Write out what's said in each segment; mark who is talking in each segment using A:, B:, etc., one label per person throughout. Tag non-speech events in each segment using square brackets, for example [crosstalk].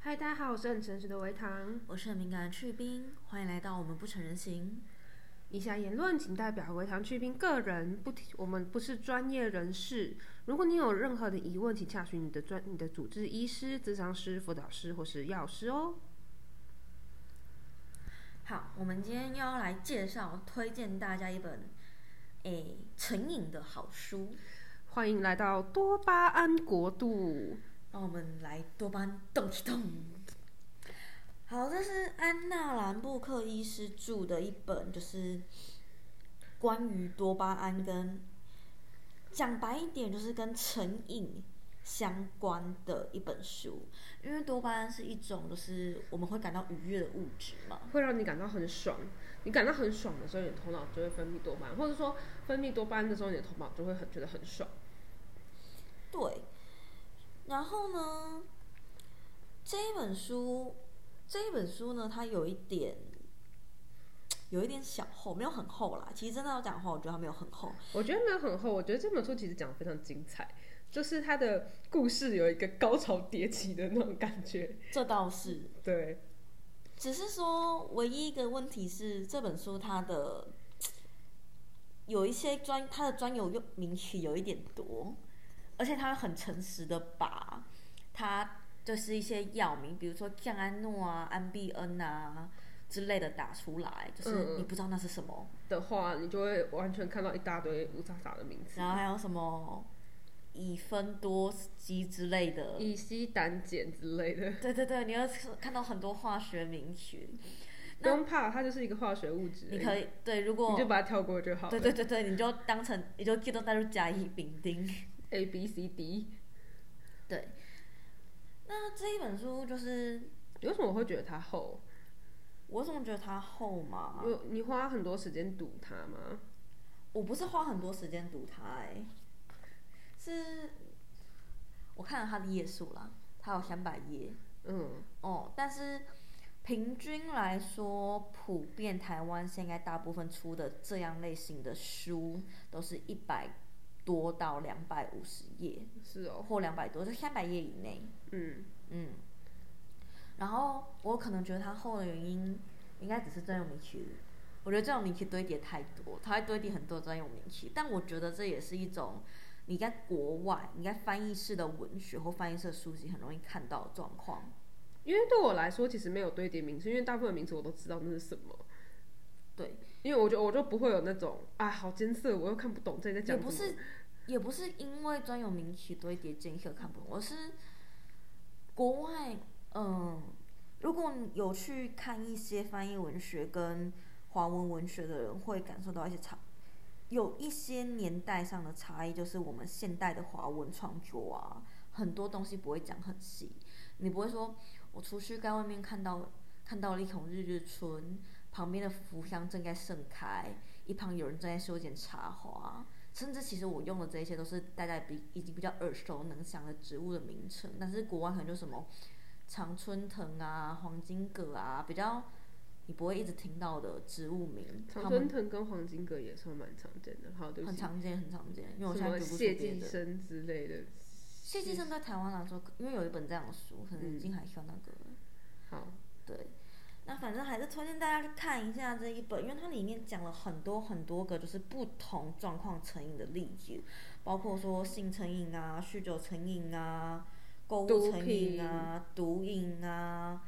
A: 嗨，大家好，我是很诚实的维糖。
B: 我是很敏感的去冰，欢迎来到我们不成人形。
A: 以下言论仅代表维糖去冰个人，不提我们不是专业人士。如果你有任何的疑问，请洽询你的专你的主治医师、咨商师、辅导师或是药师哦。
B: 好，我们今天要来介绍推荐大家一本诶成瘾的好书，
A: 欢迎来到多巴胺国度。
B: 让我们来多巴胺动一动。好，这是安娜兰布克医师著的一本，就是关于多巴胺跟讲白一点，就是跟成瘾相关的一本书。因为多巴胺是一种，就是我们会感到愉悦的物质嘛。
A: 会让你感到很爽。你感到很爽的时候，你的头脑就会分泌多巴胺，或者说分泌多巴胺的时候，你的头脑就会很觉得很爽。
B: 对，然后呢，这一本书，这一本书呢，它有一点，有一点小厚，没有很厚啦。其实真的要讲的话，我觉得它没有很厚。
A: 我觉得没有很厚，我觉得这本书其实讲的非常精彩，就是它的故事有一个高潮迭起的那种感觉。
B: 这倒是，
A: 对，
B: 只是说唯一一个问题是，这本书它的有一些专它的专有用名词有一点多，而且它很诚实的把它就是一些药名，比如说降氨诺啊、安必恩啊之类的打出来，就是
A: 嗯
B: 你不知道那是什么，
A: 的话你就会完全看到一大堆乌渣渣的名字
B: 然，后还有什么乙酚多基之类的，
A: 乙烯胆碱之类的。
B: 对对对，你要看到很多化学名词，
A: 不用怕，它就是一个化学物质而已，
B: 你可以对，如果
A: 你就把它跳过就好了。
B: 对对对对，你就当成你就自动带入甲乙丙丁。
A: a B C D，
B: 对， [laughs] 那这一本书就是
A: 你为什么会觉得它厚？
B: 我怎么觉得它厚嘛？
A: 有你花很多时间读它吗？
B: 我不是花很多时间读它、欸，是我看了它的页数啦，它有三百页
A: 嗯，
B: 哦，但是。平均来说，普遍台湾现在大部分出的这样类型的书，都是一百多到两百五十页，
A: 是哦，
B: 或两百多，就三百页以内。
A: 嗯，
B: 嗯，然后我可能觉得它厚的原因，应该只是专用名词。我觉得专用名词堆叠太多，它会堆叠很多专用名词，但我觉得这也是一种你在国外、你在翻译式的文学或翻译式的书籍很容易看到的状况。
A: 因为对我来说其实没有堆叠名词，因为大部分名词我都知道那是什么。
B: 对，
A: 因为我就我就不会有那种啊，好艰涩，我又看不懂这里在
B: 也
A: 讲什
B: 不
A: 么。
B: 是，也不是因为专有名词堆叠间隙而看不懂，我是国外，嗯，如果你有去看一些翻译文学跟华文文学的人，会感受到一些差，有一些年代上的差异，就是我们现代的华文创作啊，很多东西不会讲很细，你不会说我出去在外面看到看到了一丛日日春，旁边的扶香正在盛开，一旁有人正在修剪茶花，甚至其实我用的这一些都是大家比已经比较耳熟能详的植物的名称，但是国外可能就什么常春藤啊、黄金葛啊，比较你不会一直听到的植物名，
A: 常
B: 他
A: 春
B: 们
A: 藤跟黄金葛也算蛮常见的。好，对不
B: 很
A: 起，
B: 常见，很常见，因为我
A: 什
B: 现在
A: 么
B: 读不出
A: 谢
B: 别
A: 晋
B: 的。
A: 生之类的。
B: 谢晋生对台湾来说，因为有一本这样的书，可
A: 嗯
B: 能已经还算那个了。
A: 好，
B: 对，那反正还是推荐大家去看一下这一本，因为它里面讲了很多很多个就是不同状况成瘾的例子，包括说性成瘾啊、酗酒成瘾啊、购物
A: 毒
B: 成瘾啊、毒瘾啊，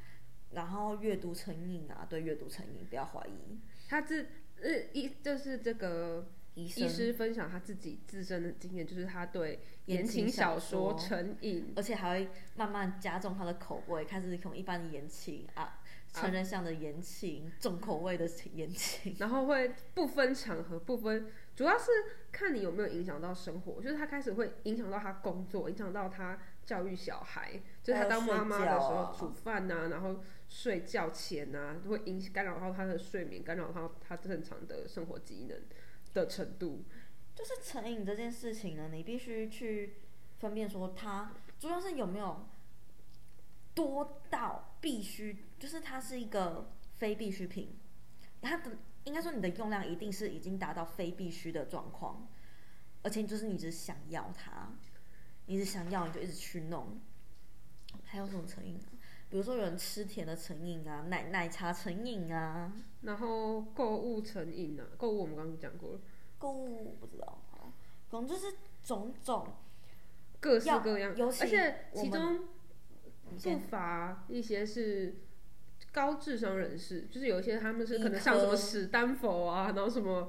B: 然后阅读成瘾啊，对，阅读成瘾不要怀疑。
A: 他自呃医就是这个
B: 医生
A: 医师分享他自己自身的经验，就是他对
B: 言
A: 言
B: 情
A: 情小
B: 小
A: 说
B: 说
A: 成瘾。
B: 而且还会慢慢加重他的口味，开始从一般的言情啊，成人向的言情，重口味的言情。
A: 然后会不分场合、不分，主要是看你有没有影响到生活，就是他开始会影响到他工作，影响到他教育小孩，就是他当妈妈的时
B: 还有
A: 候
B: 睡觉啊
A: 煮饭呐、然后睡觉前呐、会影干扰到他的睡眠，干扰到他正常的生活机能的程度。
B: 就是成瘾这件事情呢，你必须去分辨说它主要是有没有多到必须，就是它是一个非必需品，它的应该说你的用量一定是已经达到非必须的状况，而且就是你只想要它，你只想要你就一直去弄，还有什么成瘾啊？比如说有人吃甜的成瘾啊，奶奶茶成瘾啊，
A: 然后购物成瘾啊，购物我们刚刚讲过了，
B: 购物不知道，啊好总之是种种。
A: 各式
B: 要
A: 各样，
B: 尤
A: 而
B: 其
A: 且
B: 我
A: 其
B: 们
A: 中
B: 你
A: 不
B: 先
A: 乏一些是高智商人士，就是有一些他们是可
B: 理
A: 能上什么
B: 科
A: 史丹佛啊，然后什么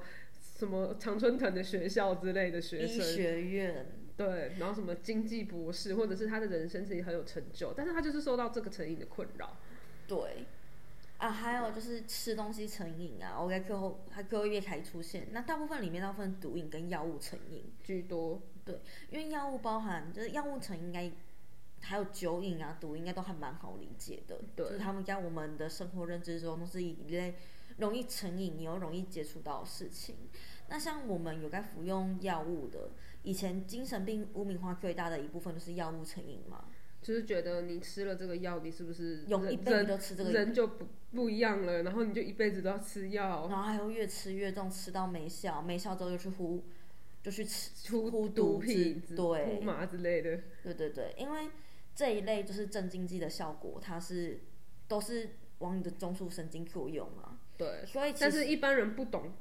A: 什么常春藤的学校之类的学
B: 医
A: 生，
B: 学院，
A: 对，然后什么经济博士，或者是他的人生其实很有成就，但是他就是受到这个成瘾的困扰。
B: 对，啊，还有就是吃东西成瘾啊，OKQ 还 Q 月才出现。那大部分里面大部分毒瘾跟药物成瘾，
A: 居多，
B: 因为药物包含就是药物成瘾应该还有酒瘾啊、毒瘾应该都还蛮好理解的，
A: 对
B: 就是他们在我们的生活认知中都是一类容易成瘾，你又容易接触到的事情。那像我们有在服用药物的，以前精神病污名化最大的一部分就是药物成瘾嘛，
A: 就是觉得你吃了这个药，你是不是
B: 有
A: 人
B: 一辈子
A: 人
B: 都吃这个
A: 人就不不一样了，然后你就一辈子都要吃药，
B: 然后还会越吃越重，吃到没效，没效之后就去呼，就去吃
A: 出
B: 呼
A: 毒
B: 毒之
A: 品之、
B: 对
A: 呼麻之类的。
B: 对对对，因为这一类就是镇静剂的效果，它是都是往你的中枢神经作用嘛，
A: 对，
B: 所以其
A: 但
B: 实
A: 是一般人不懂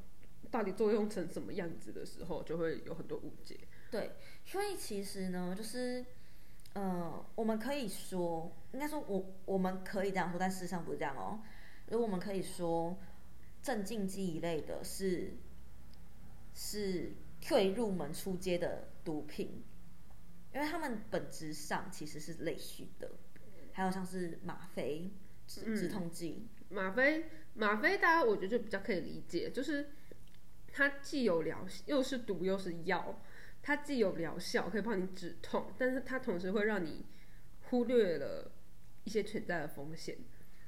A: 到底作用成什么样子的时候，就会有很多误解。
B: 对，所以其实呢，就是呃，我们可以说，应该说我我们可以这样说，但事实上不是这样哦。如果我们可以说，镇静剂一类的是是最入门出街的毒品，因为它们本质上其实是类似的，还有像是吗啡、止止痛剂，
A: 吗啡，吗啡，大家我觉得就比较可以理解，就是它既有疗，又是毒又是药，它既有疗效可以帮你止痛，但是它同时会让你忽略了一些潜在的风险。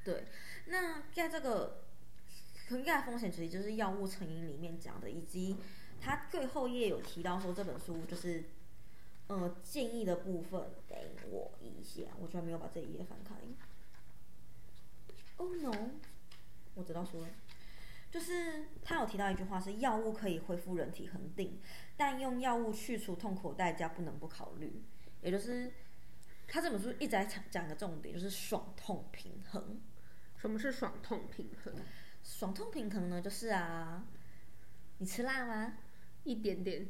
B: 对，那在这个存在风险其实就是药物成瘾里面讲的，以及他最后一页有提到说这本书就是呃建议的部分。等我一下，我居然没有把这一页翻开。Oh no！我知道说了，就是他有提到一句话是药物可以恢复人体恒定，但用药物去除痛苦的代价不能不考虑，也就是。他这本书一直在讲讲一个重点，就是爽痛平衡。
A: 什么是爽痛平衡？
B: 爽痛平衡呢，就是啊，你吃辣吗？
A: 一点点，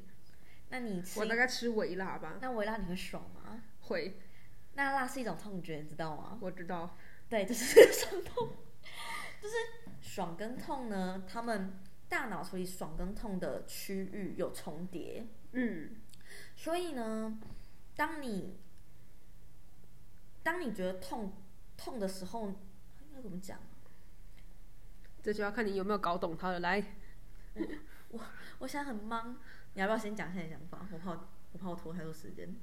B: 那你吃
A: 我，大概吃微辣吧，
B: 那微辣你会爽吗？
A: 会，
B: 那辣是一种痛觉，你知
A: [laughs]
B: 道吗？
A: 我知道，
B: 对，就是爽痛， [laughs] 就是爽跟痛呢，他们大脑处理爽跟痛的区域有重叠，
A: 嗯，
B: 所以呢，当你当你觉得痛痛的时候，要怎么讲？
A: 这就要看你有没有搞懂它了。来，
B: 我现在很忙，你要不要先讲一下你的想法？我怕我我怕我拖太多时间。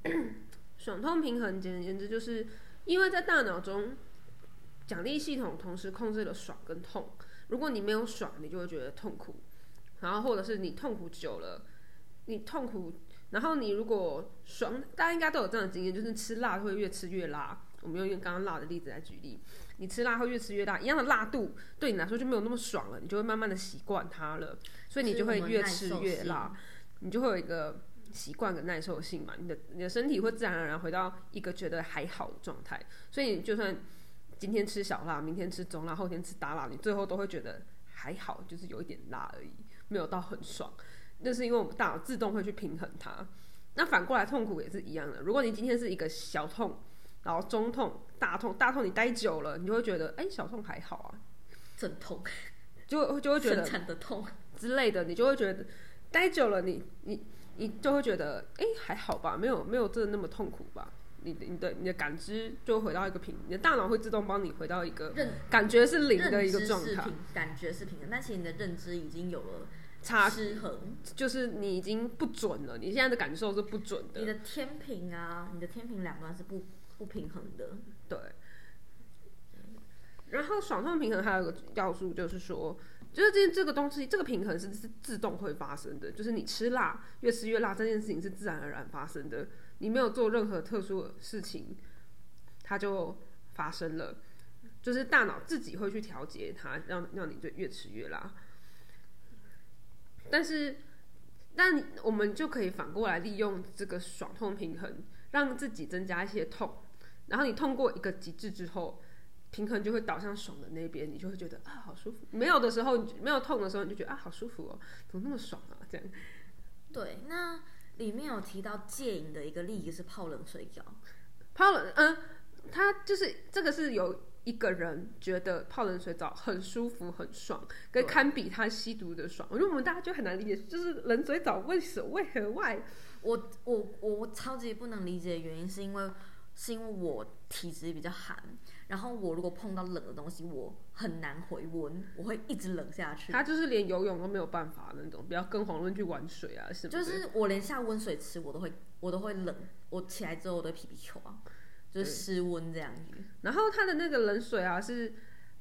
A: 爽痛平衡，简而言之就是因为在大脑中，奖励系统同时控制了爽跟痛。如果你没有爽，你就会觉得痛苦，然后或者是你痛苦久了，你痛苦，然后你如果爽，大家应该都有这样的经验，就是吃辣会越吃越辣。我们用刚刚辣的例子来举例，你吃辣会越吃越辣，一样的辣度对你来说就没有那么爽了，你就会慢慢的习惯它了，所以你就会越吃越辣。你就会有一个习惯跟耐受性嘛，你的你的身体会自然而然回到一个觉得还好的状态，所以你就算今天吃小辣，明天吃中辣，后天吃大辣，你最后都会觉得还好，就是有一点辣而已，没有到很爽。那是因为我们大脑自动会去平衡它。那反过来痛苦也是一样的，如果你今天是一个小痛，然后中痛、大痛、大痛，你待久了，你就会觉得，哎、小痛还好啊，
B: 阵痛，
A: 就就会觉得
B: 生产的痛，
A: 之类的，你就会觉得待久了你，你你就会觉得，哎、还好吧，没有没有真的那么痛苦吧。你的你的你的感知就会回到一个平，你的大脑会自动帮你回到一个
B: 认
A: 感觉是零的
B: 认
A: 一个
B: 知
A: 状
B: 是
A: 态，
B: 平，感觉是平衡，但其实你的认知已经有了
A: 差
B: 失衡，
A: 就是你已经不准了，你现在的感受是不准
B: 你
A: 的，
B: 的天平啊，你的天平两端是不不平衡的。
A: 对。然后爽痛平衡还有一个要素就是说，就是这这个东西，这个平衡是是自动会发生的，就是你吃辣越吃越辣这件事情是自然而然发生的，你没有做任何特殊的事情，它就发生了，就是大脑自己会去调节它，让让你就越吃越辣。但是，那你我们就可以反过来利用这个爽痛平衡，让自己增加一些痛，然后你痛过一个极致之后，平衡就会倒向爽的那边，你就会觉得啊好舒服。没有的时候，你就没有痛的时候，你就觉得啊好舒服哦，怎么那么爽啊？这样
B: 对，那里面有提到戒瘾的一个例子是泡冷水饺，
A: 泡冷嗯，他就是这个是有一个人觉得泡冷水澡很舒服很爽，跟
B: 对
A: 堪比他吸毒的爽。我觉得我们大家就很难理解，就是冷水澡为什为何外
B: 我我我我超级不能理解的原因是因为是因为我体质比较寒，然后我如果碰到冷的东西，我很难回温，我会一直冷下去。
A: 他就是连游泳都没有办法那种，不要跟黄论去玩水啊什么的。
B: 就是我连下温水池我都会我都会冷，我起来之后我都会皮皮球啊，就是失温这样子。
A: 然后它的那个冷水啊，是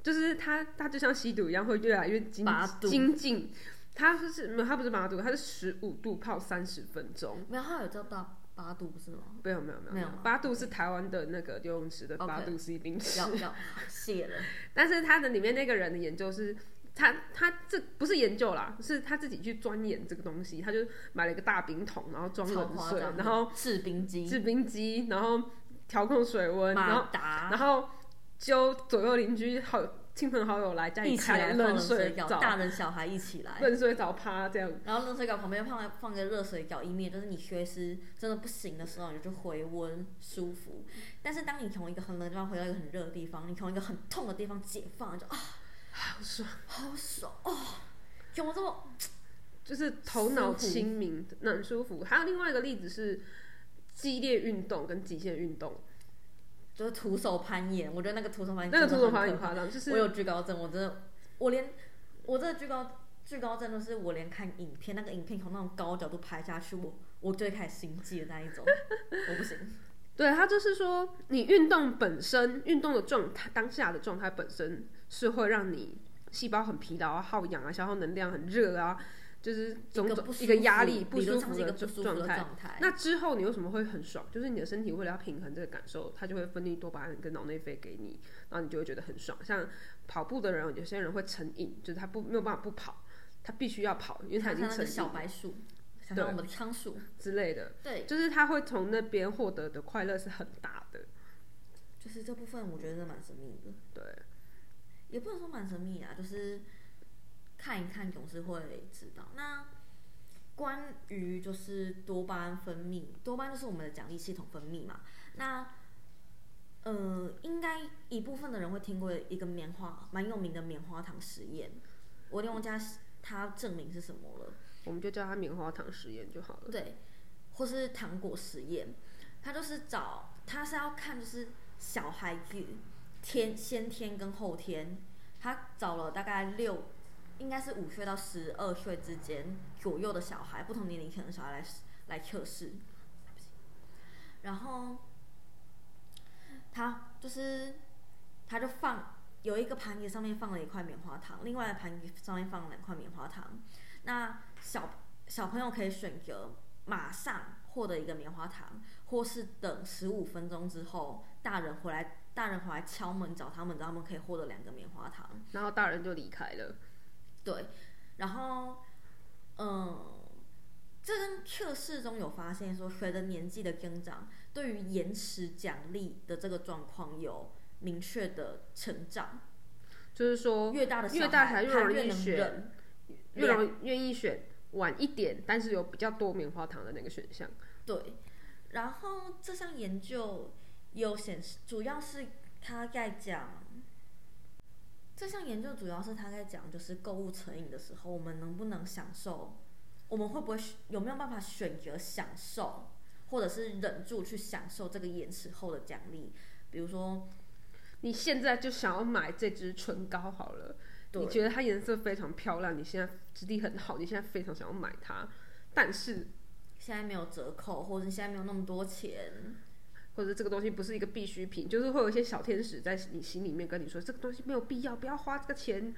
A: 就是它它就像吸毒一样，会越来越精
B: 拔毒
A: 精进。它是没有，它不是八度，它是十五度泡三十分钟。
B: 没有，它有叫到八度不是
A: [laughs]
B: 吗？
A: 没有没有没有
B: 没有啊
A: 八度是台湾的那个游泳池的
B: OK
A: 八度 C 零池
B: 要要谢了，
A: [laughs] 但是它的里面那个人的研究是。他他这不是研究啦，是他自己去钻研这个东西。他就买了一个大冰桶，然后装
B: 超
A: 冷
B: 夸
A: 水，
B: 张的。
A: 然后
B: 制冰机、
A: 制冰机，然后调控水温，然后
B: 马达，
A: 然后揪左右邻居好亲朋好友来家里
B: 一起来
A: 开
B: 放
A: 冷
B: 冷
A: 水
B: 水饺，
A: 澡，
B: 大人小孩一起来。
A: 冷水澡趴这样。
B: 然后热水饺旁边放放个热水饺，以免就是你随时真的不行的时候，你就回温舒服。但是当你从一个很冷的地方回到一个很热的地方，你从一个很痛的地方解放，你就啊，
A: 好爽，
B: 好爽哦！怎么这么
A: 就是头脑清明，很舒服。还有另外一个例子是激烈运动跟极限运动，
B: 就是徒手攀岩？我觉得那个徒手攀岩
A: 那个
B: 真
A: 徒
B: 的
A: 手
B: 很
A: 爬很
B: 可怕
A: 夸张，就是
B: 我有惧高症，我真的，我连我这个惧高惧高症都是我连看影片，那个影片从那种高角度拍下去，我我就会开始心悸的那一种，我不行。
A: 对，它就是说，你运动本身，运动的状态，当下的状态本身是会让你细胞很疲劳啊、耗氧啊、消耗能量、很热啊，就是种种
B: 不舒
A: 一个压
B: 服
A: 力不
B: 理论
A: 舒
B: 上
A: 服
B: 是一
A: 的
B: 个不
A: 状
B: 舒服
A: 状
B: 的
A: 态。
B: 状态。
A: 那之后你为什么会很爽？就是你的身体为了要平衡这个感受，它就会分泌多巴胺跟脑内啡给你，然后你就会觉得很爽。像跑步的人，有些人会成瘾，就是他不没有办法不跑，他必须要跑，因为他已经
B: 像那
A: 成
B: 个小
A: 瘾
B: 白鼠，想
A: 对
B: 象我们的仓鼠，
A: 之类的，
B: 对，
A: 就是他会从那边获得的快乐是很大的。
B: 就是这部分我觉得蛮神秘的，
A: 对，
B: 也不能说蛮神秘啊，就是看一看总是会知道。那关于就是多巴胺分泌，多巴胺就是我们的奖励系统分泌嘛，那。呃，应该一部分的人会听过一个棉花蛮有名的棉花糖实验，我忘记它它证明是什么了。
A: 我们就叫它棉花糖实验就好了。
B: 对，或是糖果实验，他就是找他是要看就是小孩子天先天跟后天，他找了大概六，应该是五岁到十二岁之间左右的小孩，不同年龄层的小孩来来测试，然后他就是他就放。有一个盘子上面放了一块棉花糖，另外的盘子上面放了两块棉花糖。那小小朋友可以选择马上获得一个棉花糖，或是等十五分钟之后，大人回来，大人回来敲门找他们，让他们可以获得两个棉花糖。
A: 然后大人就离开了。
B: 对，然后，嗯，这跟测试中有发现说，随着年纪的增长，对于延迟奖励的这个状况有明确的成长。
A: 就是说，
B: 越大的
A: 越
B: 小
A: 大
B: 孩
A: 小
B: 他
A: 孩越容易
B: 能
A: 选
B: 忍，
A: 越容易愿意选晚一点，但是有比较多棉花糖的那个选项。
B: 对，然后这项研究有显示，主要是他在讲，这项研究主要是他在讲，就是购物成瘾的时候，我们能不能享受，我们会不会选有没有办法选择享受，或者是忍住去享受这个延迟后的奖励，比如说，
A: 你现在就想要买这支唇膏好了，你
B: 对，
A: 觉得它颜色非常漂亮，你现在质地很好，你现在非常想要买它，但是
B: 现在没有折扣，或者现在没有那么多钱，
A: 或者这个东西不是一个必需品，就是会有一些小天使在你心里面跟你说这个东西没有必要，不要花这个钱。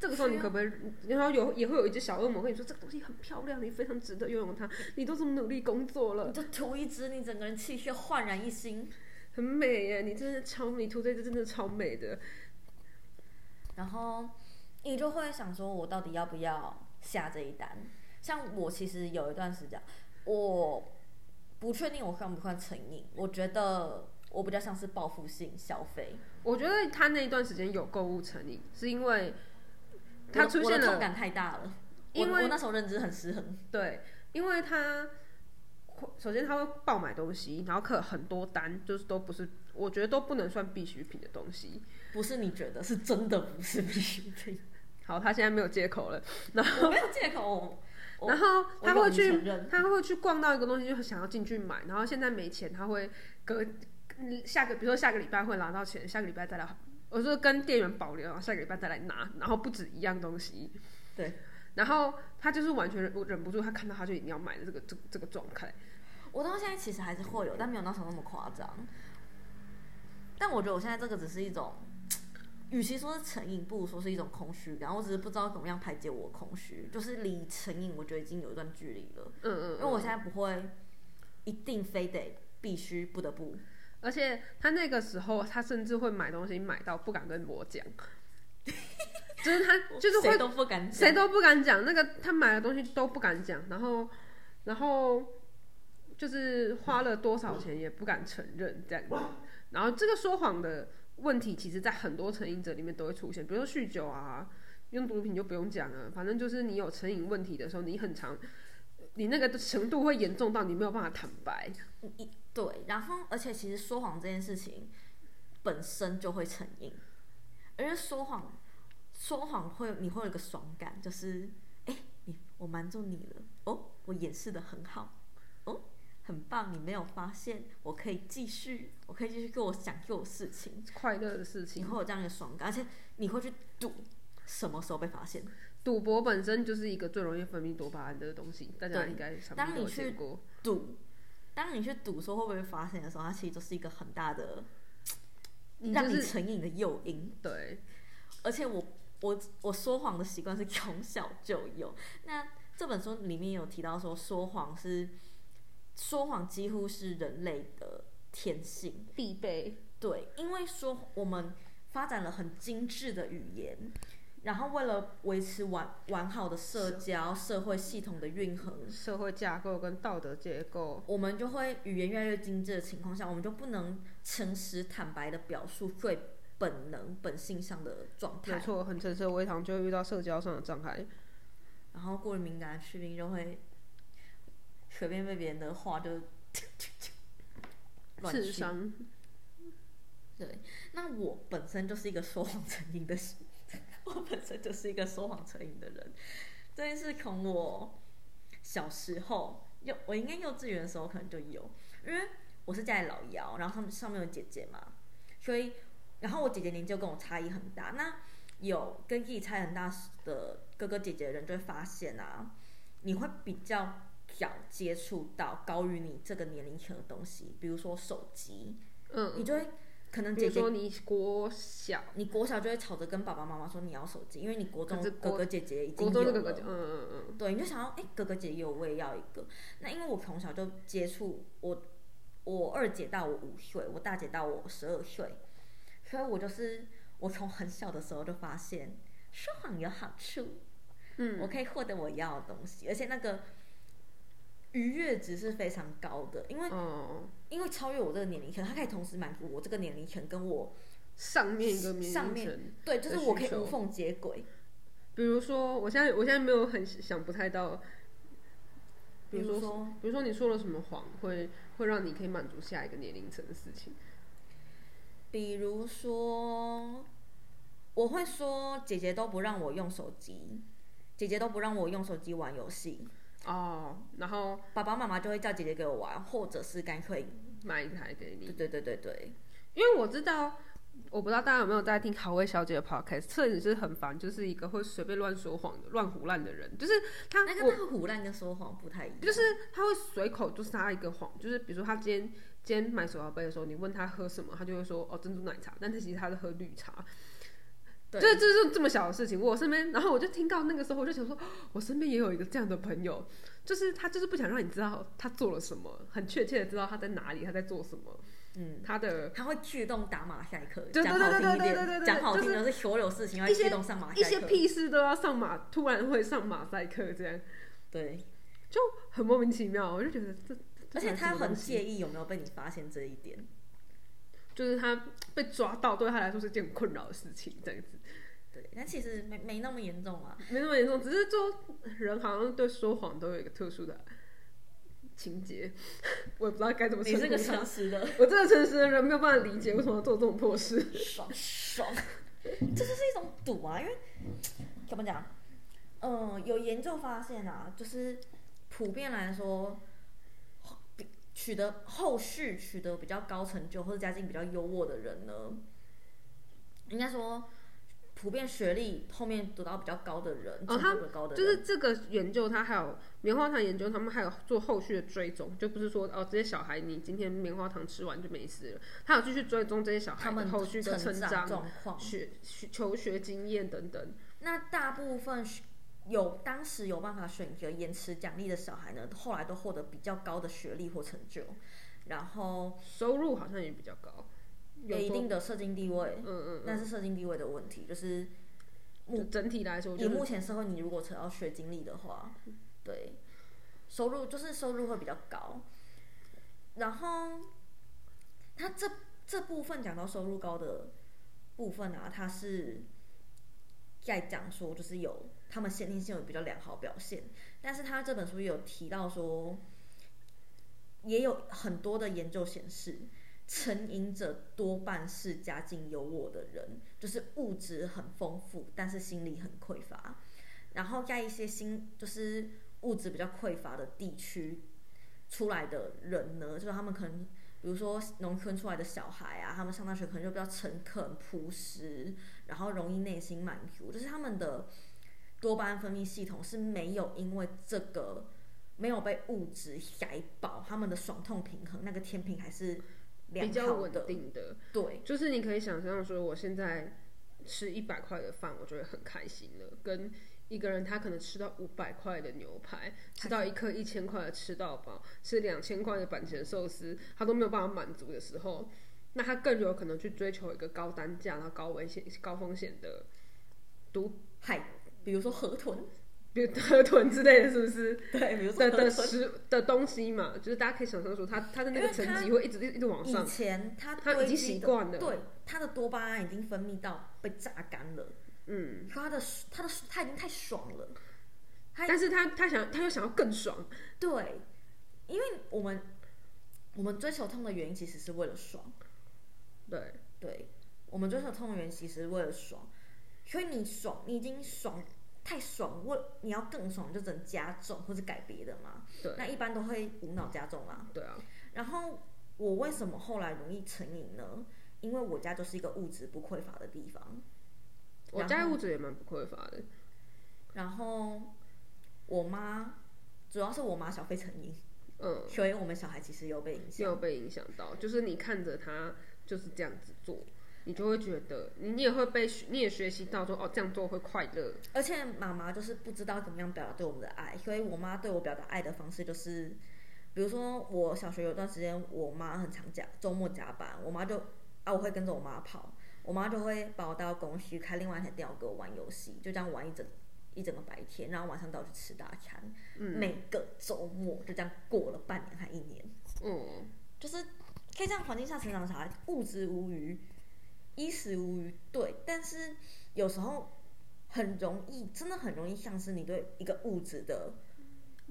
A: 这个时候你可不可以？然后有也会有一只小恶魔跟你说这个东西很漂亮，你非常值得拥有它，你都这么努力工作了
B: 你，就涂一支，你整个人气血焕然一新。
A: 很美耶，你真的超你涂这支真的超美的。
B: 然后你就会想说，我到底要不要下这一单？像我其实有一段时间，我不确定我算不算成瘾，我觉得我比较像是报复性消费。
A: 我觉得他那一段时间有购物成瘾，是因为他
B: 我的
A: 出
B: 我的
A: 现
B: 痛
A: 了
B: 感太大了，
A: 因
B: 我
A: 为
B: 我那时候认知很失衡。
A: 对，因为他首先他会爆买东西，然后刻很多单，就是都不是，我觉得都不能算必需品的东西。
B: 不是你觉得，是真的不是必需品。
A: 好，他现在没有借口了，
B: 我没有借口，我
A: 然后
B: 我
A: 他会
B: 勇于
A: 去
B: 承认
A: 他会去逛到一个东西，就很想要进去买，然后现在没钱，他会隔嗯下个，比如说下个礼拜会拿到钱，下个礼拜再来，我说跟店员保留，然后下个礼拜再来拿，然后不止一样东西。
B: 对，
A: 然后他就是完全忍忍不住，他看到他就一定要买的这个这个这个状态。
B: 我到现在其实还是会有，但没有那时候那么夸张。但我觉得我现在这个只是一种，与其说是成瘾，不如说是一种空虚感。我只是不知道怎么样排解我的空虚，就是离成瘾，我觉得已经有一段距离了。
A: 嗯嗯，
B: 因为我
A: 嗯
B: 现在不会一定非得必须不得不，
A: 而且他那个时候，他甚至会买东西买到不敢跟我讲，就是他就是会
B: 谁都不敢讲
A: 谁都不敢讲，那个他买的东西都不敢讲，然后然后就是花了多少钱也不敢承认这样子。然后这个说谎的问题，其实在很多成瘾者里面都会出现，比如说酗酒啊，用毒品就不用讲了，反正就是你有成瘾问题的时候，你很常。你那个程度会严重到你没有办法坦白，
B: 对，然后而且其实说谎这件事情本身就会成瘾，而且说谎说谎会你会有一个爽感，就是哎，你我瞒住你了，哦，我掩饰的很好，哦，很棒，你没有发现，我可以继续，我可以继续做我想做的事情，
A: 快乐的事
B: 你
A: 情。
B: 会有这样一个爽感，而且你会去赌什么时候被发现。
A: 赌博本身就是一个最容易分泌多巴胺的东西，大家
B: 对
A: 应该差不
B: 当
A: 多
B: 你
A: 有
B: 去
A: 见过。
B: 赌，当你去赌说会不会发现的时候，它其实就是一个很大的
A: 你就
B: 让你
A: 是
B: 成瘾的诱因。
A: 对，
B: 而且我我我说谎的习惯是从小就有。那这本书里面有提到说，说谎是说谎几乎是人类的天性。
A: 必备。
B: 对，因为说我们发展了很精致的语言，然后为了维持完完好的社交社会系统的运衡，
A: 社会架构跟道德结构，
B: 我们就会语言越来越精致的情况下，我们就不能诚实坦白的表述最本能本性上的状态
A: 没。错，很诚实的微糖就会遇到社交上的障碍。
B: 然后过于敏感的士兵就会随便被别人的话就 [laughs] 乱
A: 智
B: 去。
A: 商
B: 对，那我本身就是一个说谎成瘾的， [laughs] 我本身就是一个说谎成瘾的人。这件事从我小时候幼，我应该幼稚园的时候可能就有，因为我是家里老幺，然后他们上面有姐姐嘛，所以然后我姐姐年纪就跟我差异很大，那有跟自己差异很大的哥哥姐姐的人就会发现啊，你会比较早接触到高于你这个年龄层的东西，比如说手机，
A: 嗯，
B: 你就会可能
A: 比
B: 姐
A: 如
B: 姐
A: 说你国小、
B: 你国小就会吵着跟爸爸妈妈说你要手机，因为你国中
A: 可是
B: 哥
A: 国
B: 哥姐姐已经
A: 国
B: 有
A: 中
B: 了，
A: 那个，嗯嗯嗯，
B: 对，你就想要哎、诶哥哥姐姐有我也要一个。那因为我从小就接触我我二姐大我五岁，我大姐大我十二岁，所以我就是我从很小的时候就发现说谎有好处，
A: 嗯
B: 我可以获得我要的东西，而且那个愉悦值是非常高的，因为
A: 哦，
B: 因为超越我这个年龄层，它可以同时满足我这个年龄层跟我
A: 上面一个名
B: 上面
A: 称，
B: 对，就是
A: 的
B: 我
A: 需
B: 可以无
A: 求
B: 缝接轨。
A: 比如说我现在我现在没有很想不太到，比
B: 比如
A: 如
B: 嗯说
A: 说。比如说你说了什么谎会会让你可以满足下一个年龄层的事情，
B: 比如说，我会说姐姐都不让我用手机，姐姐都不让我用手机玩游戏，
A: 哦，然后
B: 爸爸妈妈就会叫姐姐给我玩，或者是干脆，
A: 买一台给你
B: 对，对对对对，
A: 因为我知道，我不知道大家有没有在听好味小姐的 podcast，这也是很烦，就是一个会随便乱说谎的、乱胡乱的人，就是他，
B: 那跟
A: 我
B: 那个胡乱跟说谎不太一样，
A: 就是他会随口就撒一个谎，就是比如说他今天今天买手摇杯的时候，你问他喝什么，他就会说哦珍珠奶茶，但他其实他是喝绿茶，
B: 对
A: 就是就是这么小的事情。我身边，然后我就听到那个时候，我就想说，哦我身边也有一个这样的朋友，就是他就是不想让你知道他做了什么，很确切的知道他在哪里，他在做什么，
B: 嗯，
A: 他的
B: 他会自动打马赛克，
A: 对对
B: 讲好
A: 对对
B: 听
A: 对对
B: 一
A: 对
B: 点，
A: 对
B: 讲好
A: 就
B: 听
A: 是
B: 的是所有事情要
A: 一些
B: 自动上马
A: 一
B: 赛
A: 些
B: 克，
A: 屁事都要上马，突然会上马赛克，这样
B: 对，
A: 很莫名其妙。我就觉得这，
B: 而且他很介
A: 意，
B: 意有没有被你发现这一点，
A: 就是他被抓到对他来说是件很困扰的事情，这样子
B: 对，但其实没没那么严重啊。
A: 没那么严重，只是就人好像对说谎都有一个特殊的情节， [laughs] 我也不知道该怎么
B: 你
A: 称
B: 是个
A: 呼他
B: 诚实的，
A: 我这个诚实的人没有办法理解为什么要做这种破事。
B: 爽爽， [laughs] 这就是一种赌啊，因为怎么讲？嗯，有研究发现啊，就是普遍来说，取得后续取得比较高成就或者家境比较优渥的人呢，应该说普遍学历后面得到比较高的人，
A: 哦
B: 成就比较高的人，
A: 就是这个研究，它还有棉花糖研究，他们还有做后续的追踪，就不是说哦，这些小孩你今天棉花糖吃完就没事了，他有继续追踪这些小孩
B: 他们
A: 的后续的
B: 成
A: 长、
B: 状况。
A: 学学求学经验等等。
B: 那大部分学有当时有办法选择延迟奖励的小孩呢，后来都获得比较高的学历或成就，然后
A: 收入好像也比较高，有
B: 有一
A: 做
B: 定的社经地位
A: 嗯，嗯
B: 但是社经地位的问题，就是
A: 嗯，就整体来说，我
B: 以
A: 觉得
B: 目前社会，你如果扯到学经历的话，对，收入就是收入会比较高。然后，他这这部分讲到收入高的部分啊，他是在讲说，就是有他们先天性有比较良好表现，但是他这本书也有提到说，也有很多的研究显示，成瘾者多半是家境优渥的人，就是物质很丰富，但是心理很匮乏。然后在一些心就是物质比较匮乏的地区出来的人呢，就是他们可能。比如说农村出来的小孩啊，他们上大学可能就比较诚恳、朴实，然后容易内心满足，就是他们的多巴胺分泌系统是没有因为这个没有被物质塞爆，他们的爽痛平衡那个天平还是良
A: 比较
B: 好
A: 稳
B: 的。
A: 定的，
B: 对，
A: 就是你可以想象说，我现在吃一百块的饭，我就会很开心了，跟一个人他可能吃到五百块的牛排，吃到一颗一千块的吃到饱，吃两千块的板前寿司，他都没有办法满足的时候，那他更有可能去追求一个高单价、然后高危险、高风险的毒， [laughs]
B: 海，比如说河豚，
A: 比如河豚之类的，是不是？
B: 对，比如
A: 的的食的东西嘛，就是大家可以想象说他，他的那
B: 因
A: 个
B: 为
A: 成
B: 他
A: 绩会一直一直往
B: 以
A: 上，
B: 前它
A: 他已
B: 堆
A: 经
B: 积
A: 习
B: 的
A: 惯了
B: 对，它的多巴胺已经分泌到被榨干了，
A: 嗯。
B: 可它的它的它已经太爽了。他
A: 但是他他想他又想要更爽，
B: 对，因为我们我们追求痛的原因其实是为了爽，
A: 对，
B: 对，我们追求痛的原因其实是为了爽，所以你爽，你已经爽太爽，为你要更爽你就只能加重或者改别的嘛，
A: 对
B: 那一般都会无脑加重啦。
A: 对啊，
B: 然后我为什么后来容易成瘾呢？因为我家就是一个物质不匮乏的地方，
A: 我
B: 然
A: 家
B: 后
A: 物质也蛮不匮乏的，
B: 然后我妈，主要是我妈小费成瘾，
A: 嗯，
B: 所以我们小孩其实有被影
A: 没
B: 响。
A: 有被影响到，就是你看着他就是这样子做，你就会觉得你你也会被学你也学习到说哦这样做会快乐，
B: 而且妈妈就是不知道怎么样表达对我们的爱，所以我妈对我表达爱的方式就是，比如说我小学有段时间，我妈很常加周末加班，我妈就啊我会跟着我妈跑，我妈就会把我带到公司开另外一台电脑给我玩游戏，就这样玩一整一整个白天，然后晚上带我去吃大餐，每个周末就这样过了半年还一年，
A: 嗯，
B: 就是可以这样环境下成长的小孩，物质无余，衣食无余，对，但是有时候很容易，真的很容易丧失你对一个物质的，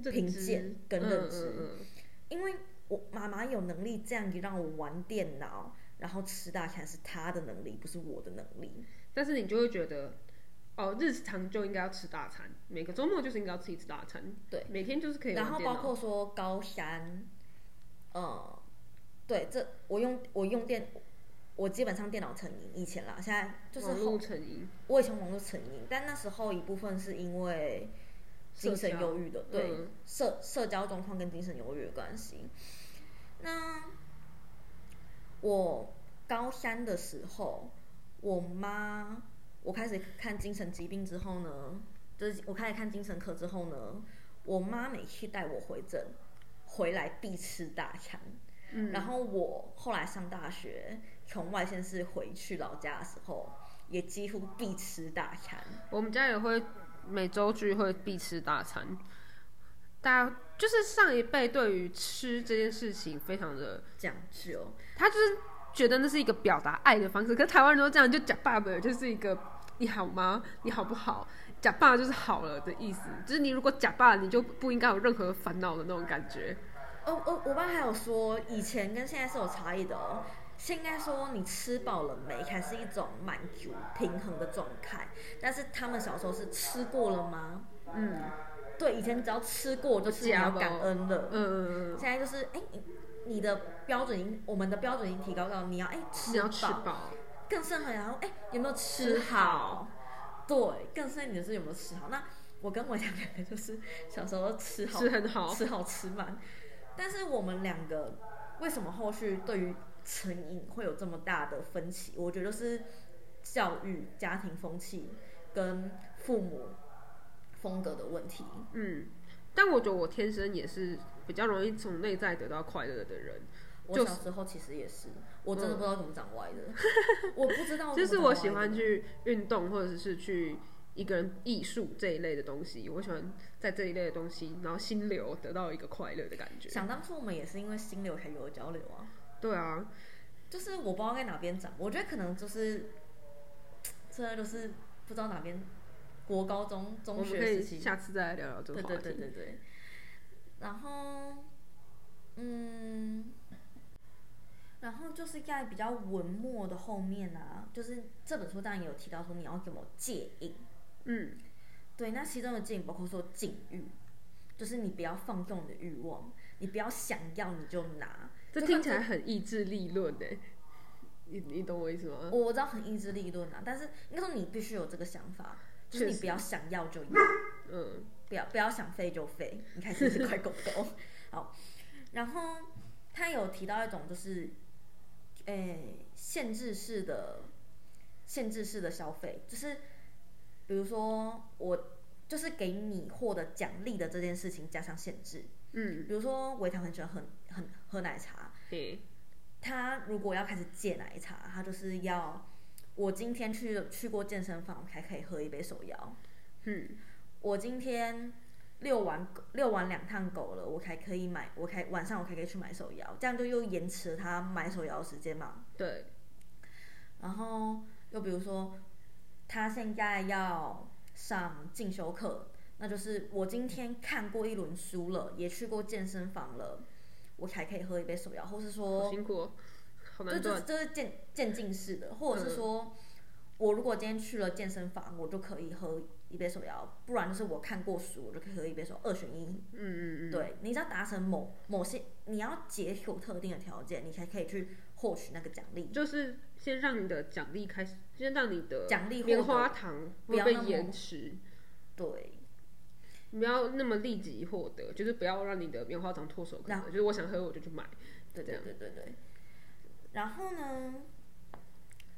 A: 认
B: 评
A: 知
B: 鉴跟
A: 嗯
B: 认知
A: 嗯嗯嗯
B: 因为我妈妈有能力这样子让我玩电脑，然后吃大餐是她的能力，不是我的能力，
A: 但是你就会觉得。哦，日常就应该要吃大餐，每个周末就是应该要吃一次大餐。
B: 对，
A: 每天就是可以玩
B: 然后
A: 电脑
B: 包括说高山，呃，对，这我用我用电，我基本上电脑成瘾，以前啦，现在就是
A: 网
B: 后
A: 络成瘾，
B: 我以前网络成瘾，但那时候一部分是因为精神忧郁的
A: 社，交
B: 对、
A: 嗯
B: 社社交状况跟精神忧郁的关系。那我高三的时候，我妈我开始看精神疾病之后呢，就是我开始看精神科之后呢，我妈每次带我回诊，回来必吃大餐。
A: 嗯
B: 然后我后来上大学，从外县市回去老家的时候，也几乎必吃大餐。
A: 我们家也会每周聚会必吃大餐，大家就是上一辈对于吃这件事情非常的，
B: 讲究，
A: 他就是觉得那是一个表达爱的方式，可是台湾人都这样，就假爸爸就是一个你好吗？你好不好？假爸就是好了的意思，就是你如果假爸，你就不应该有任何烦恼的那种感觉。
B: 哦哦，我爸还有说，以前跟现在是有差异的哦。现在说你吃饱了没，还是一种满足平衡的状态，但是他们小时候是吃过了吗？
A: 嗯
B: 对，以前只要吃过就是你
A: 假
B: 要
A: 吧
B: 感恩了。
A: 嗯，
B: 现在就是哎、你你的标准已经，我们的标准已经提高到你要哎、
A: 你
B: 吃
A: 要吃
B: 饱，
A: 饱，
B: 更甚很然后哎有没有吃
A: 吃
B: 好？对，更甚你的是有没有吃好？那我跟我两个就是小时候吃好
A: 吃很好。
B: 吃好吃满。但是我们两个为什么后续对于成瘾会有这么大的分歧？我觉得是教育、家庭风气跟父母风格的问题。
A: 嗯，但我觉得我天生也是比较容易从内在得到快乐的人，
B: 我
A: 就嗯
B: 小时候其实也是，我真的不知道怎么长歪的，我不
A: [laughs]
B: 知道我怎么长歪的。
A: 就是我喜欢去运动，或者是去一个人艺术这一类的东西。我喜欢在这一类的东西，然后心流得到一个快乐的感觉。
B: 想当初我们也是因为心流才有了交流啊，
A: 对啊，
B: 就是我不知道该哪边长，我觉得可能就是，真的就是不知道哪边，国高中、
A: 我
B: 中
A: 们
B: 学
A: 可以
B: 时期
A: 下次再来聊聊这个话
B: 对
A: 题。
B: 对对对对。然后，嗯，然后就是在比较文末的后面啊，就是这本书当然也有提到说你要怎么戒瘾。
A: 嗯
B: 对，那其中的戒瘾包括说禁欲，就是你不要放纵你的欲望，你不要想要你就拿。
A: 这
B: 就
A: 听
B: 像
A: 起来很意志力论诶，你你懂我意思吗？
B: 我知道很意志力论啊，但是应该说你必须有这个想法，就是
A: 确
B: 你
A: 实
B: 不要想要就有。
A: 嗯，
B: 不要不要想飞就飞，你看是一只快狗狗。好，然后他有提到一种就是，诶、限制式的限制式的消费，就是比如说我就是给你获得奖励的这件事情加上限制，
A: 嗯，
B: 比如说维糖很喜欢喝很喝奶茶，
A: 嘿，
B: 他如果要开始戒奶茶，他就是要我今天去去过健身房才可以喝一杯手摇。
A: 嗯，
B: 我今天遛完遛完两趟狗了，我才可以买，我才晚上我才可以去买手摇，这样就又延迟了他买手摇的时间嘛。
A: 对，
B: 然后又比如说，他现在要上进修课，那就是我今天看过一轮书了，也去过健身房了，我才可以喝一杯手摇，或是
A: 好
B: 说，
A: 辛苦、哦，好
B: 这
A: 难
B: 这
A: 断。
B: 这是渐渐进式的，或
A: 嗯
B: 者是说。我如果今天去了健身房，我就可以喝一杯手摇，不然就是我看过书，我就可以喝一杯手摇，二选一。
A: 嗯嗯嗯，
B: 对，你只要达成某某些，你要解锁特定的条件，你才可以去获取那个奖励。
A: 就是先让你的奖励开始，先让你的
B: 奖励获
A: 棉
B: 得
A: 花糖
B: 不要
A: 会被
B: 那么
A: 延迟，
B: 对，
A: 你不要那么立即获得，就是不要让你的棉花糖唾手可
B: 那
A: 得，就是我想喝我就去买。这
B: 对对
A: 样
B: 对对对。然后呢，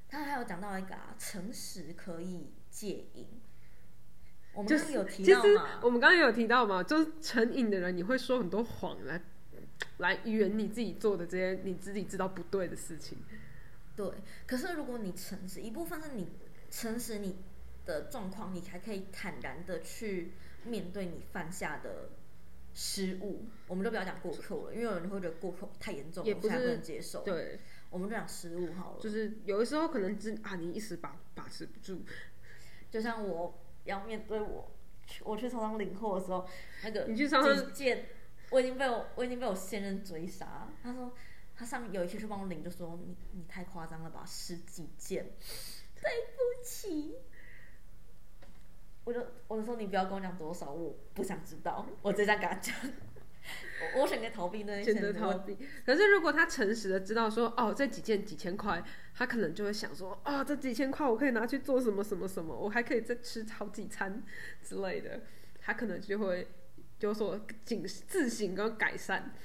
B: 他还有讲到一个啊，诚实可以戒瘾。我们
A: 就
B: 刚
A: 是
B: 刚有提
A: 其
B: 到
A: 实
B: 嘛，
A: 我们刚刚有提到嘛，就是成瘾的人，你会说很多谎来来圆你自己做的这些你自己知道不对的事情。
B: 对。可是如果你诚实，一部分是你诚实你的状况，你才可以坦然的去面对你犯下的。失误，我们就不要讲过扣了，因为有人会觉得过扣太严重了，
A: 也
B: 我
A: 不
B: 现在不
A: 是
B: 能接受。
A: 对，
B: 我们就讲失误好了，就
A: 就是有的时候可能真啊，你一时把把持不住，
B: 像我要面对我去我去超商领货的时候，那个
A: 你去超商
B: 警戒，我已经被我我已经被我现任追杀，他说他上有一次去帮我领，就说你你太夸张了吧，十几件，对不起。我就我就说你不要跟我讲多少，我不想知道，我直接这样跟他讲，我我选择逃避那一些
A: 选择逃避。可是如果他诚实的知道说，哦，这几件几千块，他可能就会想说，啊、这几千块我可以拿去做什么什么什么，我还可以再吃好几餐 [laughs] 之类的，他可能就会有所警自省跟改善。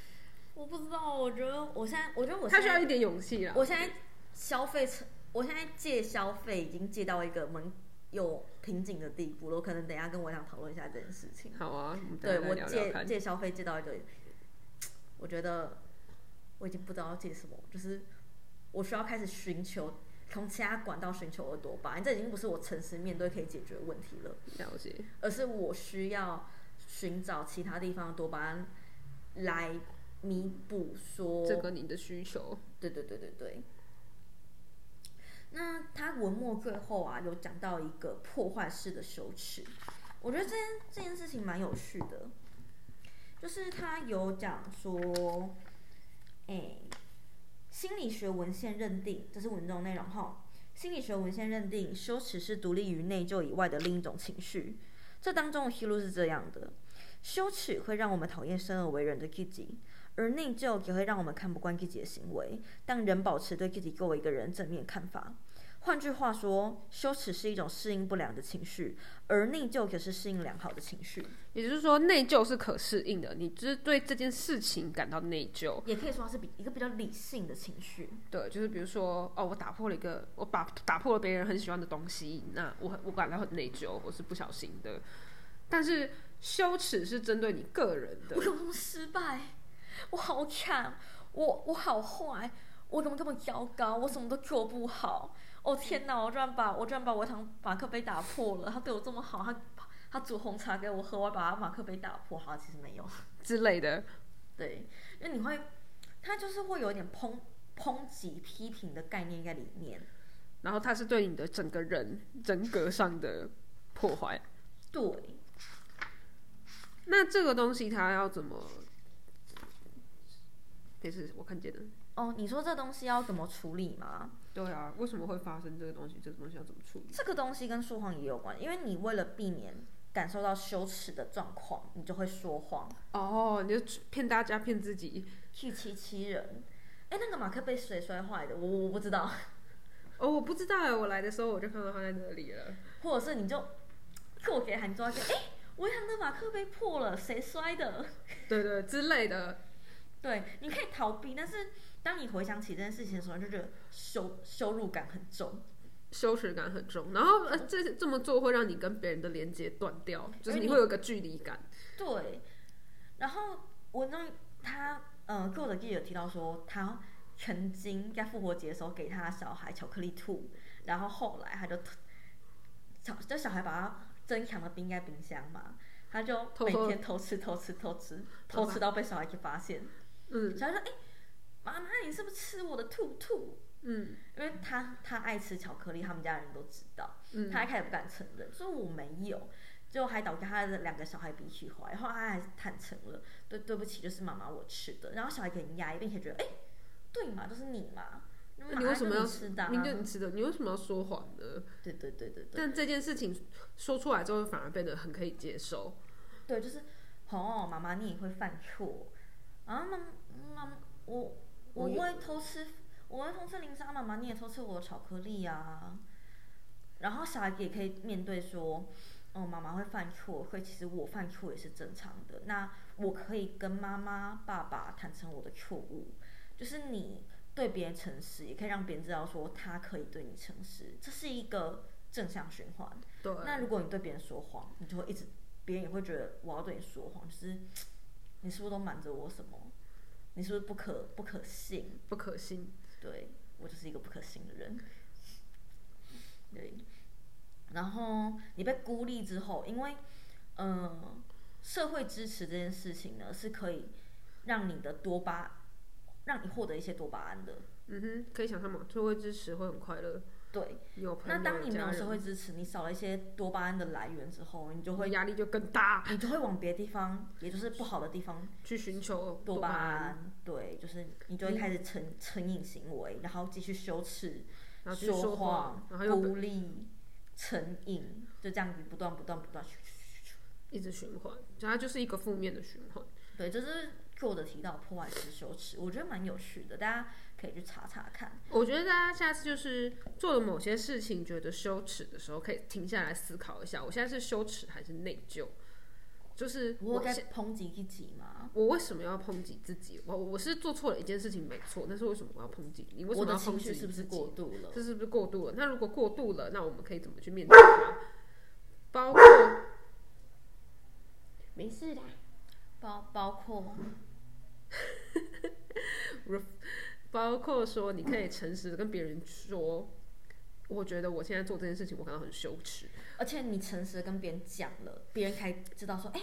B: 我不知道，我觉得我现在我觉得我
A: 他
B: 现
A: 需
B: 在
A: 要一点勇气啦。
B: 我现在消费成，我现在戒消费已经戒到一个门有瓶颈的地步了。我可能等一下跟我想讨论一下这件事情。
A: 好啊，我们等
B: 对
A: 下来
B: 我
A: 聊聊
B: 戒
A: 看。
B: 戒消费戒到一个，我觉得我已经不知道要戒什么，就是我需要开始寻求从其他管道寻求耳朵吧。这已经不是我诚实面对可以解决的问题了，
A: 了解，
B: 而是我需要寻找其他地方的多巴胺来弥补说
A: 这个你的需求，
B: 对对对对对。文末最后啊，有讲到一个破坏式的羞耻，我觉得这件这件事情蛮有趣的，就是他有讲说，哎、心理学文献认定，这是文中内容哈。心理学文献认定，羞耻是独立于内疚以外的另一种情绪。这当中的披露是这样的：羞耻会让我们讨厌生而为人的自己，而内疚也会让我们看不惯自己的行为，但仍保持对自己作为一个人正面看法。换句话说，羞耻是一种适应不良的情绪，而内疚可是适应良好的情绪，
A: 也就是说，内疚是可适应的，你只是对这件事情感到内疚。
B: 也可以说它是比一个比较理性的情绪。
A: 对，就是比如说，哦，我打破了一个，我把打破了别人很喜欢的东西，那我很我感到很内疚，我是不小心的。但是羞耻是针对你个人的
B: 我，怎么这么失败？我好惨，我我好坏，我怎么这么糟糕？我什么都做不好。哦天哪！我居然把我居然把我堂马克杯打破了。他对我这么好，他他煮红茶给我喝，我还把他马克杯打破。好，其实没有。
A: 之类的。
B: 对，因为你会，他就是会有点抨抨击、批评的概念在里面。
A: 然后它是对你的整个人人格上的破坏。
B: 对，
A: 那这个东西它要怎么？也是我看见的。
B: 哦，你说这东西要怎么处理吗？
A: 对啊，为什么会发生这个东西？这个东西要怎么处理？
B: 这个东西跟说谎也有关，因为你为了避免感受到羞耻的状况，你就会说谎，
A: 哦，你就骗大家骗自己。
B: 去欺欺人。哎，那个马克杯谁摔坏的？我我不知道，
A: 哦，我不知道哎，我来的时候我就看到它在那里了。
B: 或者是你就做给他，你就要说，哎，维航的马克杯破了，谁摔的？
A: 对对之类的。
B: 对，你可以逃避，但是当你回想起这件事情的时候，你就觉得羞羞辱感很重，
A: 羞耻感很重，然后呃，这这么做会让你跟别人的连接断掉，就是
B: 哎
A: 你会有个距离感。
B: 对，然后文中他呃，作者自己有提到说，他曾经在复活节的时候给他小孩巧克力兔，然后后来他就偷小这小孩把他珍藏的冰在冰箱嘛，他就
A: 偷
B: 每
A: 偷
B: 天偷吃偷吃偷吃
A: 偷
B: 偷
A: 吧
B: 吃到被小孩给发现，
A: 嗯
B: 小孩说：“哎、妈妈，你是不是吃我的兔兔？”
A: 嗯
B: 因为他他爱吃巧克力，他们家人都知道，
A: 嗯，
B: 他一开始不敢承认，说我没有，最后还导致他的两个小孩鼻血坏，后来他还坦诚了，对对不起，就是妈妈我吃的，然后小孩也很压抑，并且觉得，哎、对嘛，就是你嘛，
A: 那你为什么
B: 马
A: 要
B: 上就吃的啊、
A: 明就你吃的，你为什么要说谎呢？
B: 对对对对对
A: 但这件事情说出来之后，反而变得很可以接受。
B: 对，就是，哦，妈妈你也会犯错，啊妈妈妈我我
A: 我
B: 会偷吃，我会偷吃零食啊，妈妈你也偷吃我的巧克力啊，然后小孩也可以面对说，哦，妈妈会犯错，会其实我犯错也是正常的。那我可以跟妈妈、爸爸坦诚我的错误，就是你对别人诚实，也可以让别人知道说他可以对你诚实，这是一个正向循环。
A: 对，
B: 那如果你对别人说谎，你就会一直，别人也会觉得我要对你说谎，就是你是不是都瞒着我什么？你是不是不可不可信？
A: 不可信。
B: 对我就是一个不可信的人。对，然后你被孤立之后，因为嗯、呃社会支持这件事情呢，是可以让你的多巴，让你获得一些多巴胺的。
A: 嗯哼，可以想象嘛，社会支持会很快乐。
B: 对，
A: 有朋友
B: 那当你没
A: 家
B: 有
A: 人
B: 社会支持，你少了一些多巴胺的来源之后，你就会
A: 压力就更大，
B: 你就会往别的地方，也就是不好的地方
A: 去寻求
B: 多巴
A: 巴胺，嗯
B: 胺，对，就是你就会
A: 你
B: 开始成成瘾行为，然后继续羞耻、
A: 然后去
B: 说
A: 说谎，然后又
B: 孤立、成瘾，就这样子不断不断不断。
A: 一直循环，所以它就是一个负面的循环。
B: 对，这是作者提到的破坏式羞耻，我觉得蛮有趣的，大家可以去查查看。
A: 我觉得大家下次就是做了某些事情觉得羞耻的时候，可以停下来思考一下，我现在是羞耻还是内疚？就是
B: 我
A: 我
B: 在
A: 现
B: 抨击自己嘛，
A: 我为什么要抨击自己？我我是做错了一件事情没错，但是为什么我要抨击你？为什
B: 我
A: 么
B: 的
A: 要抨
B: 情
A: 击
B: 绪
A: 你
B: 是不是
A: 自己
B: 过度了？
A: 这是不是过度了？那如果过度了，那我们可以怎么去面对它？包括没事的，
B: 包包括
A: 包括说你可以诚实的跟别人说，我觉得我现在做这件事情，我感到很羞耻。
B: 而且你诚实地跟别人讲了，别人才知道说，哎、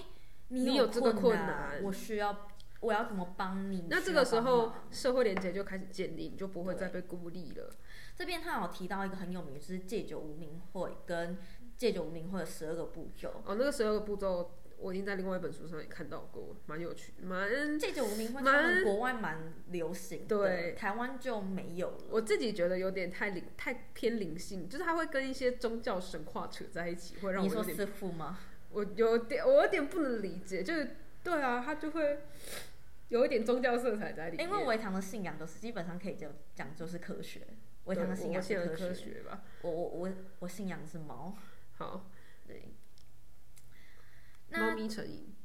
A: 你有
B: 有
A: 这个困
B: 困
A: 难
B: 我需要我要怎么帮你？
A: 那这
B: 需要
A: 个时
B: 帮
A: 候
B: 忙
A: 社会连接就开始建立，你就不会再被孤立了。
B: 这边他有提到一个很有名，就是戒酒无名会跟戒酒无名会的十二个步骤。
A: 哦，那个十二个步骤，我已经在另外一本书上也看到过，蛮有趣，蛮
B: 戒酒无名会
A: 蛮
B: 他们国外蛮流行的，
A: 对
B: 台湾就没有了。
A: 我自己觉得有点太灵，太偏灵性，就是它会跟一些宗教神话扯在一起，会让
B: 你
A: 我有
B: 说
A: 点，
B: 师傅吗？
A: 我有点，我有点不能理解，就是对啊，它就会有一点宗教色彩在里面。
B: 因为维唐的信仰都是基本上可以讲讲就是科学，维
A: 对
B: 唐的信
A: 我
B: 仰
A: 信
B: 是
A: 仰
B: 科
A: 科
B: 学。
A: 学吧。
B: 我我我我信仰是猫。
A: 好，
B: 对。
A: 猫
B: 那
A: 咪成瘾，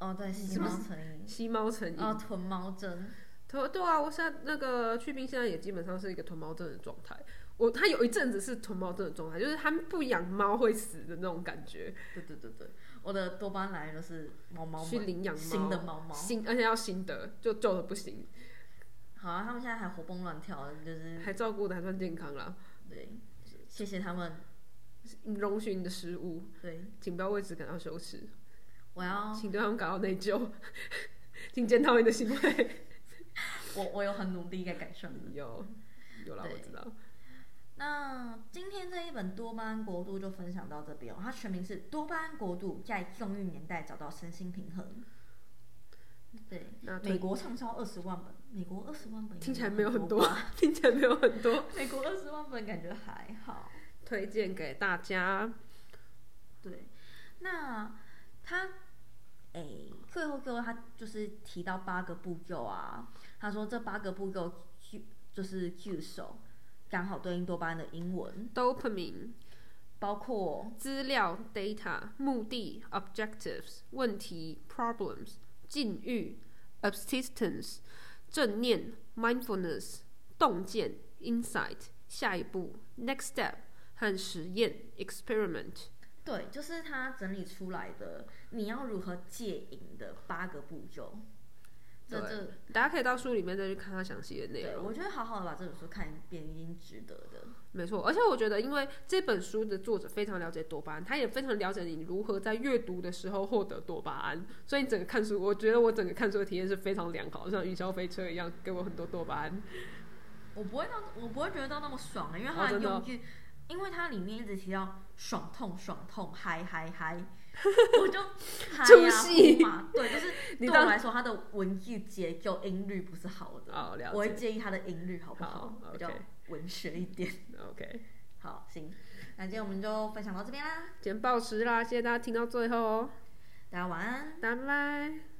B: 哦，对，吸
A: 什么
B: 猫成瘾，
A: 吸猫成瘾。
B: 哦，囤猫症，
A: 对对啊，我现在那个去冰现在也基本上是一个囤猫症的状态。我他有一阵子是囤猫症的状态，就是他们不养猫会死的那种感觉，
B: 对对对对，我的多巴胺来源都是猫猫
A: 去
B: 们
A: 领养
B: 新的
A: 猫，
B: 猫猫。
A: 新而且要新的，就旧的不行，
B: 好啊，他们现在还活蹦乱跳，就是
A: 还照顾的还算健康啦。
B: 对，谢谢他们。
A: 容许你的失误，
B: 对，
A: 请不要为此感到羞耻，
B: 我要
A: 请对他们感到内疚， [laughs] 请检讨你的行为。
B: 我我有很努力在改善。
A: 有有啦，
B: 对
A: 我知道。
B: 那今天这一本《多巴胺国度》就分享到这边、哦，它全名是《多巴胺国度在纵欲年代找到身心平衡》。对，
A: 那推
B: 美国畅销二十万本，美国二十万本
A: 听起来没有很
B: 多
A: 多
B: 吧，
A: [laughs] 听起来没有很多，
B: 美国二十万本感觉还好。
A: 推荐给大家。
B: 对，那他诶，最后给我他就是提到八个步骤啊，他说这八个步骤句就是句首，刚好对应多巴胺的英文，
A: dopamine
B: 包括
A: 资料 data 目的 objectives 问题 problems 境遇 absistence 正念 mindfulness 洞见 insight 下一步 next step 和实验 experiment。
B: 对，就是他整理出来的你要如何戒瘾的八个步骤。这
A: 对哦
B: 这，
A: 大家可以到书里面再去看它详细的内
B: 对
A: 容。
B: 我觉得好好的把这本书看一遍，已经值得的。
A: 没错，而且我觉得，因为这本书的作者非常了解多巴胺，他也非常了解你如何在阅读的时候获得多巴胺，所以你整个看书，我觉得我整个看书的体验是非常良好，就像云霄飞车一样，给我很多多巴胺。
B: 我不会到，我不会觉得到那么爽啊的，因为
A: 哦
B: 它的
A: 真的
B: 用
A: 哦
B: 具，因为它里面一直提到爽痛、爽痛、嗨嗨嗨， [laughs] 我就嗨
A: 出
B: 啊
A: 戏
B: 呼嘛，对，就是
A: [laughs] 你
B: 对
A: 当
B: 我来说，它的文字结构音律不是好的，
A: 哦，了
B: 我会
A: 解。
B: 建议它的音律好不
A: 好
B: 比较
A: OK
B: 文学一点。 [laughs]
A: OK，
B: 好，行，那今天我们就分享到这边啦，
A: 简报时啦，谢谢大家听到最后哦，
B: 大家晚安。
A: 拜拜。